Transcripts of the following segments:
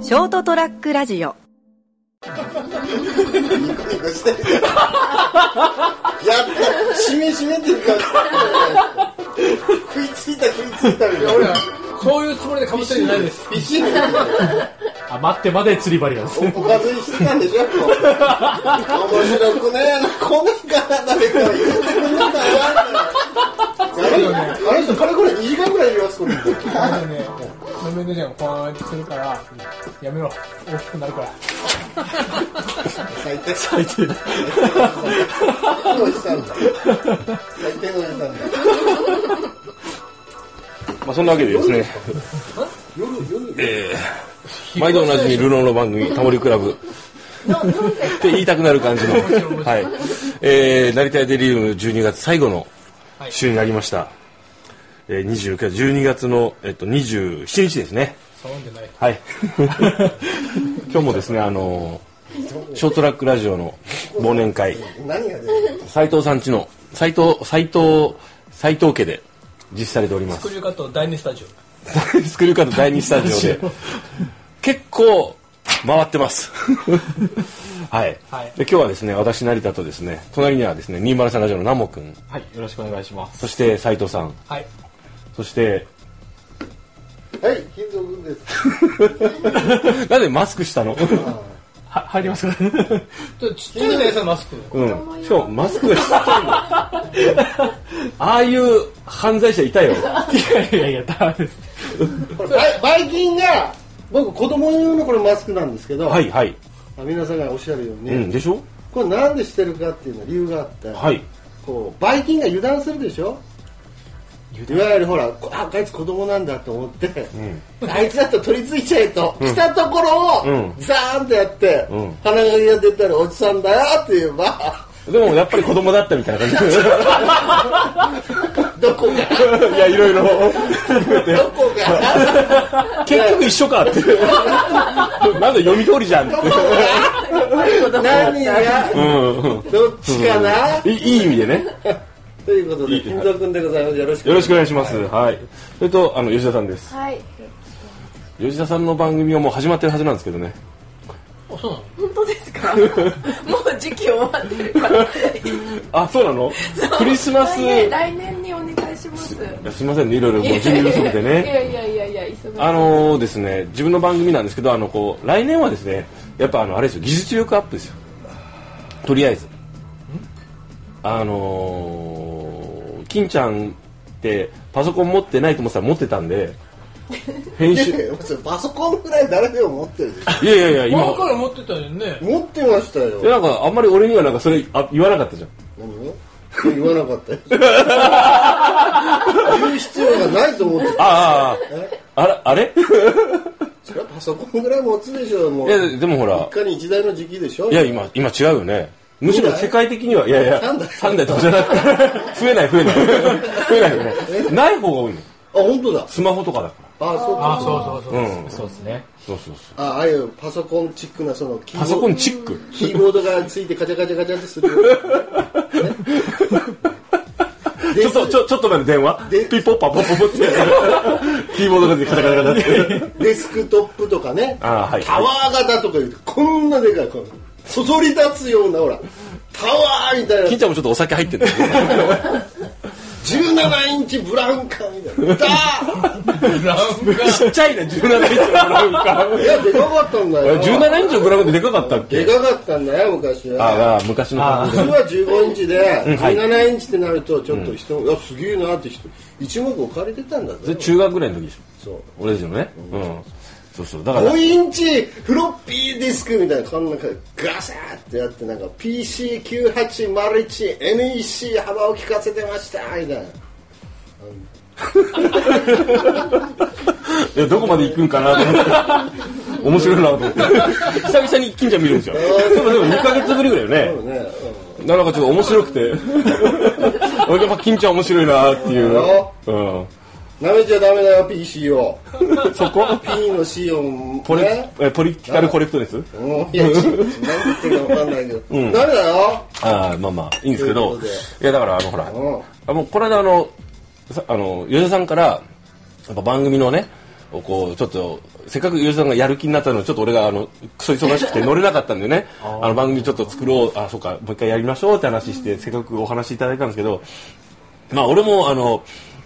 ショートトラックラジオニコニコして。やった、しめしめっていうか。食いついた、食いついたみたいな。俺ら、そういうつもりでかぶってるんじゃないです。必死に。あ、待ってまで釣り針なんですね。おかずにしてたんでしょ面白くねえな、来ねえから誰か言ってくんねえかなあれ人、彼これ2時間くらいいます、これ。あのね、路面電車がファーンってするから、やめろ。大きくなるから。最低。最低だ。のおじさんだ。最低のおじさんだ。まあ、そんなわけでですね、夜、夜、えー、毎度おなじみルノーの番組、タモリクラブ。って言いたくなる感じの、はい。えー、成田屋デリウム12月最後の週になりました。えー、29、12月の、えっと、27日ですね。騒んでない。 はい。今日もですね、あのーショートラックラジオの忘年会、何が出てる斉藤さんちの、斉藤、斉藤、斉藤家で実施されておりますスク。リューカット第2スタジオ。スクリューカード第2スタジオで結構回ってます はい、はいで今日はですね私成田とですね隣にはですね203ラジオのナモくんはい、よろしくお願いします。そして斉藤さんはい。そして はい、金蔵君です。なんでマスクした の、は、入りますかちょっとちっちゃいね、そのマスク。うん、しかもマスクがちっちゃいのああいう犯罪者いた よいやいや、ダメです。これバイバイキンが、僕、子供用のこれマスクなんですけど、はいはい、あ皆さんがおっしゃるように、うん、でしょこれなんでしてるかっていうのは理由があって、はいこうバイキンが油断するでしょいわゆるほらこああいつ子供なんだと思って、あいつだと取り付いちゃえと、来たところを、うんザーンとやって、うん鼻がが出たらおじさんだよって言えば でもやっぱり子供だったみたいな 感どこがじいやいろい ろどこ が結局一緒かって なんだ読み通りじゃんって何がうんうんどっちかな、いいい意味でね。ということで金蔵君でございますよろしくよろしくお願いします。はい。それと、あの、吉田さんです。はい。吉田さんの番組はもう始まってるはずなんですけどね。あ、そうなの本当ですかもう時期終わってるから。あ、そうなのクリスマス。来年い来年にお願いします。やすみませんね、いろいろもう準備不足でいね。やいやいやいや、忙しい。あのーですね、自分の番組なんですけど、あの、こう、来年はですね、やっぱあの、あれですよ、技術力アップですよ。とりあえず。あのー、金ちゃんってパソコン持ってないと思ってたら持ってたん で、編集、いやいやそれパソコンぐらい誰でも持ってるでしいやいやいや、今前。から持ってたよねょ。持ってましたいやよなんかあんまり俺にはなんかそれあ言わなかったじゃん何を言わなか ったよ言う必要がないと思ってたあああああれそれはパソコンぐらい持つでしょもういやでもほら一家に一台の時期でしょいや今今違うよねむしろ世界的にはいやいや三台三台とかじゃなくて増えない増えない増えないよねない方が多いあの本当だスマホとかだかあそうあ、かそうそうそう。らうんそうですね。そうそうそうあああいうパソコンチックなそのキーボパソコンチックキーボードがついてカチャカチャカチャって するちょっとちょちょっと前の電話でピッポッパポッポポってキーボードが出てカタカタカタってデスクトップとかねあはいタワー型とか言うとこんなでかいこのそそり立つようなほらタワーみたいな金ちゃんもちょっとお酒入ってる17インチブラウン管み たいなダーラウンが。ちっちゃいな17インチのブラウンかンいやでかかったんだよ17インチのブラウンってでかかったっでけかかったんだよ昔はああ昔の感普じ通では15インチで、んはい17インチってなるとちょっと人、いやすげえなって人一目置かれてたんだそれぜ中学ぐらいの時でしょそう俺ですよねうんそうそうだから5インチフロッピーディスクみたいなこんな感じガシャーってやってなんか PC9801NEC 幅を利かせてましたみたいなえどこまで行くんかな と思って面白いなと思って久々に金ちゃん見るんですよでもでも2ヶ月ぶりぐらいそようねね、なんかちょっと面白くて俺やっぱ金ちゃん面白いなって いうううん、舐めちゃダメだよ PC をんそこ P の C をポリねえポリティカルコレクトですうんいやち何言ってるか分かんないけど、ダメだよああまあまあいいんですけというどことでいやだからあのほらうんあもうこの間あのさあの吉田さんからやっぱ番組のねをこうちょっとせっかく吉田さんがやる気になったのをちょっと俺があのクソ忙しくて乗れなかったんでねあの番組ちょっと作ろうあそうかもう一回やりましょうって話してせっかくお話いただいたんですけどまあ俺もあの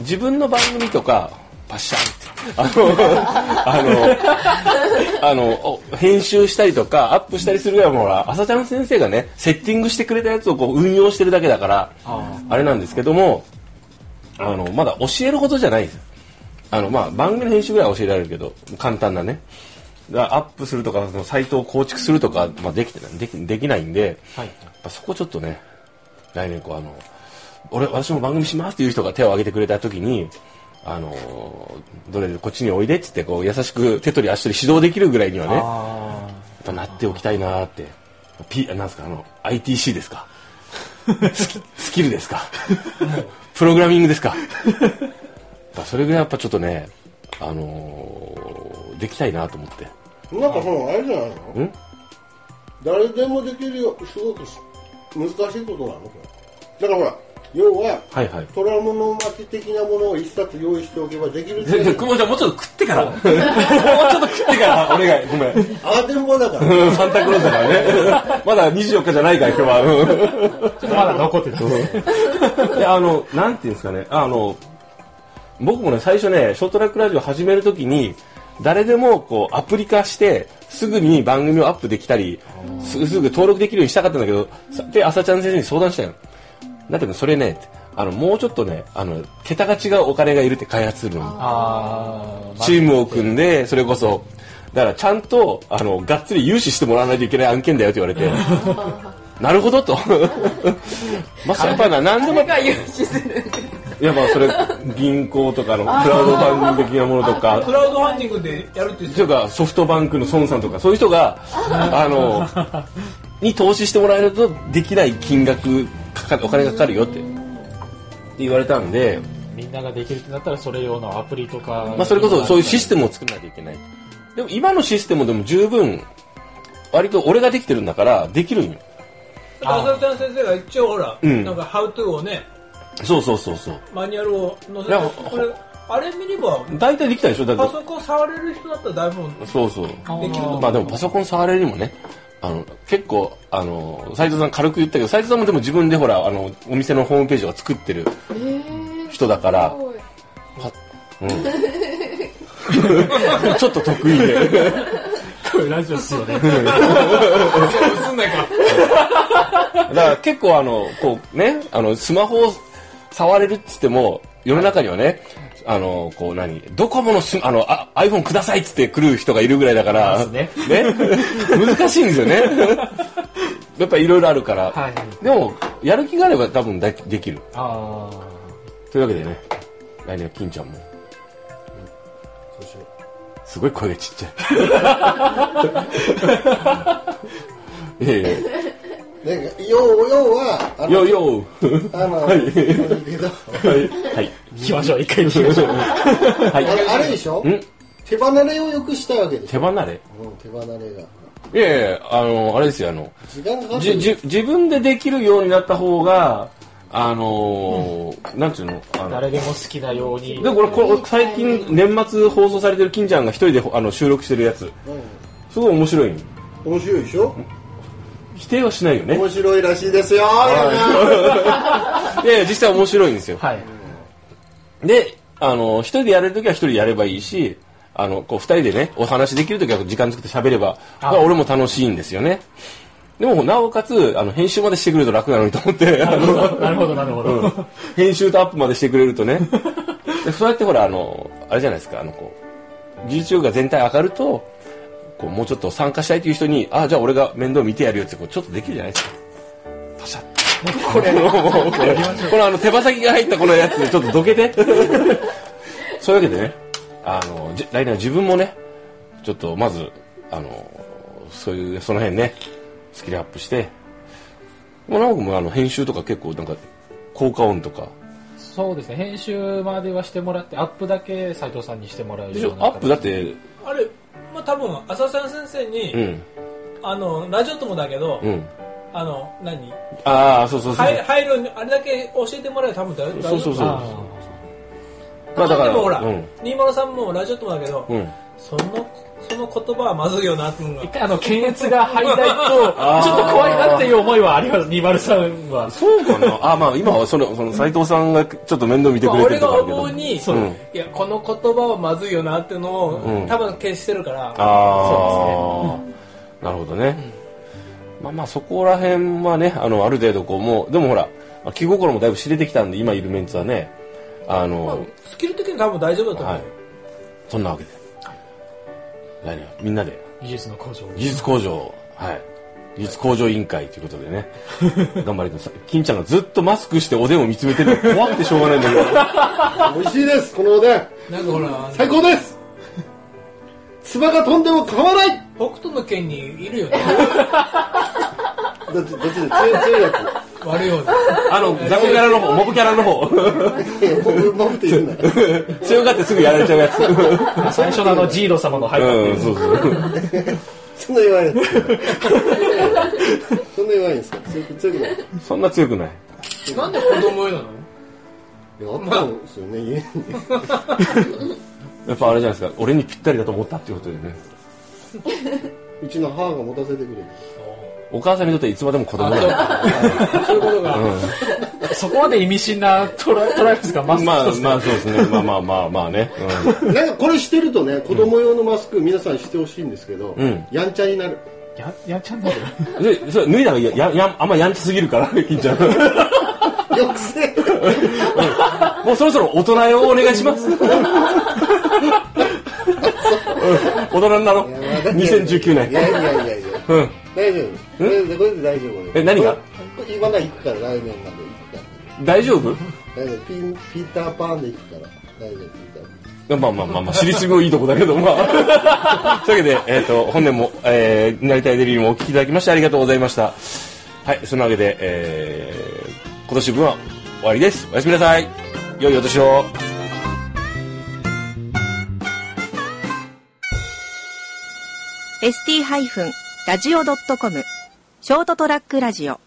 自分の番組とかパシャンってあのあのあのお編集したりとかアップしたりするぐらいはもうほら朝ちゃん先生がねセッティングしてくれたやつをこう運用してるだけだからあれなんですけどもあのまだ教えることじゃないですあのまあ番組の編集ぐらいは教えられるけど簡単なねだからアップするとかそのサイトを構築するとか、まあ、できてないできできないんで、はいやっぱそこちょっとね来年こうあの俺私も番組しますっていう人が手を挙げてくれた時にあのどれでこっちにおいでっつってこう優しく手取り足取り指導できるぐらいにはねやあっぱなっておきたいなーって、P、なんですかあの ITC ですかスキスキルですかプログラミングですかやっぱそれぐらいやっぱちょっとねあのーできたいなと思ってなんかそのあれじゃないのん誰でもできるよすごく難しいことなのこれだからほら要ははいはい虎物巻き的なものを一冊用意しておけばできるっていう久保ちゃんもうちょっと食ってから もうちょっと食ってからお願いごめあんーてんぼだ からうんサンタクロースだからね まだ24日じゃないから今日はあちょっとまだ残ってたんですねうんいやあのなん ていうんですかねあの僕もね最初ねショートラックラジオ始めるときに誰でもこうアプリ化してすぐに番組をアップできたりすすぐ登録できるようにしたかったんだけどさで朝ちゃん先生に相談したよだけどそれねあのもうちょっとねあの桁が違うお金がいるって開発するのにあー、まチームを組んで、それこそ、だからちゃんと、あの、がっつり融資してもらわないといけない案件だよって言われ て、なるほどと。 まあ、やっぱな、なんでも、誰が融資するんですいやまあ、それ、銀行とかのクラウドファンディング的なものとクか、ラウドファンディングでやるって言ってとか、ソフトバンクの孫さんとか、そういう人が、あの、に投資してもらえるとできない金額かかる、お金がかかるよって、って言われたんで、あみんなができるってなったらそれ用のアプリとかまあ、それこそそういうシステムを作らなきゃいけない。でも今のシステムでも十分、割と俺ができてるんだから、できるんよ。浅ちゃん先生が一応ほら、うんなんかハウトゥーをねそうそうそうそう。マニュアルを載せいやてこれあれ見れば大体できたでしょだパっソコン触れる人だったらだいぶて。そうそう。できるとまあでもパソコン触れるにもね、あの、結構、あの、斉藤さん軽く言ったけど、斉藤さんもでも自分でほら、あの、お店のホームページを作ってる人だから、うん。 ちょっと得意で。これラジオっすよねすんないかだから結構あの、こうね、あの、スマホを触れるっつっても、世の中にはね、あの、こう何、ドコモのス、あの、あ iPhone くださいっつって来る人がいるぐらいだから、ねで難しいんですよね。やっぱいろいろあるから、はいでも、やる気があれば多分でできる。あーというわけでね、来年は金ちゃんも。すごい声がちっちゃい。いやい やね要要はあのよよあの、はいけどはい。はい。行きましょう一回行きましょうはいあれあれでしょん手離れをよくしたいわけでし手離れょ、うん手離れがいやいやあのあれですよあの時間かかってじるじ自分でできるようになった方があのーなんていうのあの誰でも好きなようにでこれこれ最近年末放送されてる金ちゃんが一人であの収録してるやつうすごい面白いん面白いでしょ否定はしないよね面白いらしいですよ、いやいや実際面白いんですよはいであの一人でやれる時は一人でやればいいしあのこう二人でねお話できる時は時間作って喋ればまあ俺も楽しいんですよねでもなおかつあの編集までしてくれると楽なのにと思ってあのなるほどなるほど、編集とアップまでしてくれるとねでそうやってほらあのあれじゃないですかあのこう技術力が全体上がるとこうもうちょっと参加したいという人にあじゃあ俺が面倒見てやるよってこうちょっとできるじゃないですかパシャッこれのもうこれこのあの手羽先が入ったこのやつでちょっとどけてそういうわけでねあのじ来年は自分もねちょっとまずあのそういうその辺ねスキルアップしてもう直君もあの編集とか結構なんか効果音とかそうですね編集まではしてもらってアップだけ斉藤さんにしてもらうでしよょうなアップだってあれまあ多分浅ちゃん先生に、うんあのラジオともだけど、うんあの何ああそうそうそう、配配慮にあれだけ教えてもらえば多分だいぶそうそうそうあまあだからでもほら、うんリーマロさんもラジオともだけど、うんそのその言葉はまずいよなっていうのが一回あの、検閲が入りたいと、ちょあーっと怖いなっていう思いはあります、ニバルさんは。そうかなあまあ今はそのその斎藤さんがちょっと面倒見てまあくれて俺るとがかあるけど、思うに、そううんいやこの言葉はまずいよなっていうのを、うん多分消してるからああ、なるほどね、まあまあそこら辺はねあのある程度こうもうでもほら気心もだいぶ知れてきたんで今いるメンツはねあの、まあスキル的に多分大丈夫だと思うはいよ、そんなわけで来年はみんなで技術の向上。技術向上はい技術向上委員会ということで ね頑張りください金ちゃんがずっとマスクしておでんを見つめてるの怖くてしょうがないんだけど美味しいですこのおでんなんかほら最高です唾が飛んでも構わない北斗の県にいるよねどっちどっちで強い強い や悪い方であの雑魚キャラの方モブキャラの方 ついや僕モブって言うんだ強がってすぐやられちゃう やつ最初のあの、ジーロ様の入ったってういんう。そうそうそんな弱い んですかそんな弱いんですか強く強くないやそんな強くない なんで子供用なのったんですよね家にやっぱあれじゃないですか俺にぴったりだと思ったっていうことでねうちの母が持たせてくれるお母さんにとってはいつまでも子供だそういうことが、そこまで意味深なトラトライブスがマスクまあ一つでまあそうですねまあまあまあまあね、なんかこれしてるとね子供用のマスク皆さんしてほしいんですけど、んやんちゃになるや、やっちゃうんだよ。うん、でそれ脱いだらやややあんまやんちすぎるから金ちゃん抑制もうそろそろ大人よお願い します。うん大人になろう。2019い年。やいやいやいやうん。大丈夫これでこれで大丈夫え何がこれ今から行くから来年まで行くから大丈夫大丈夫ピンピーターパンで行くから大丈夫ピーターパンまあまあまあまあ、知りすぎもいいとこだけど、ま あ。というわけで、えっ、と、本年も、えー、なりたいデリーもお聞きいただきましてありがとうございました。はい、そんなわけで、えー、今年分は終わりです。おやすみなさい。良いお年を。 ST-radio.com ショートトラックラジオ